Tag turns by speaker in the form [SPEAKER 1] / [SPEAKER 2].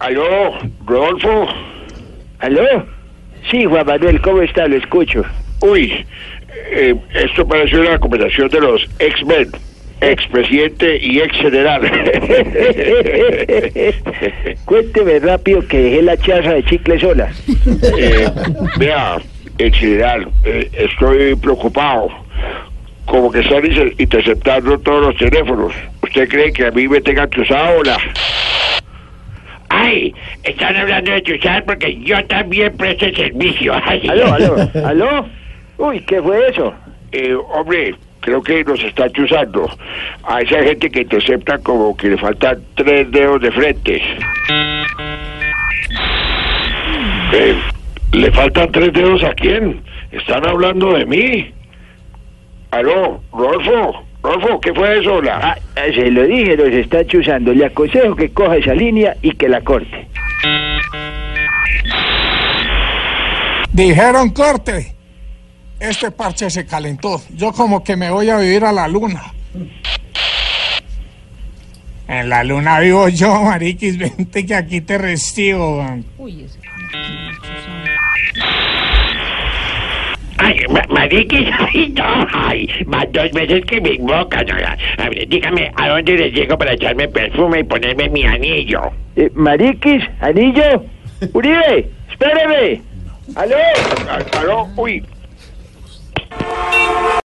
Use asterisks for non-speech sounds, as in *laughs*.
[SPEAKER 1] Aló, Rodolfo.
[SPEAKER 2] ¿Aló? Sí, Juan Manuel, ¿cómo está? Lo escucho.
[SPEAKER 1] Uy, eh, esto parece una conversación de los ex-men, ex-presidente y ex-general.
[SPEAKER 2] *laughs* Cuénteme rápido que dejé la chaza de chicle sola.
[SPEAKER 1] Eh, vea, ex-general, eh, estoy preocupado. Como que están inter- interceptando todos los teléfonos. ¿Usted cree que a mí me tengan chuzado o la... ¡Ay! Están hablando de chuzar porque yo también presto el servicio. *laughs*
[SPEAKER 2] ¿Aló, aló? ¿Aló? Uy, ¿qué fue eso?
[SPEAKER 1] Eh, hombre, creo que nos está chuzando. A esa gente que intercepta como que le faltan tres dedos
[SPEAKER 2] *sighs*
[SPEAKER 1] de frente. Eh, ¿Le faltan tres dedos a quién? ¿Están hablando de mí? Aló, Rodolfo, Rodolfo, ¿qué fue eso? La...
[SPEAKER 2] Ah, eh, se lo dije, los está chuzando. Le aconsejo que coja esa línea y que la corte.
[SPEAKER 3] Dijeron corte. Este parche se calentó. Yo como que me voy a vivir a la luna. En la luna vivo yo, *laughs* Mariquis. Vente que aquí te recibo. man.
[SPEAKER 1] Ay, ma- Mariquis, ay, no, ay, más dos veces que me invocan. oiga. A ver, dígame, ¿a dónde les llego para echarme perfume y ponerme mi anillo?
[SPEAKER 2] Eh, ¿Mariquis?
[SPEAKER 1] *laughs*
[SPEAKER 2] ¿Anillo? Uribe, espéreme. ¿Aló?
[SPEAKER 1] Aló, uy,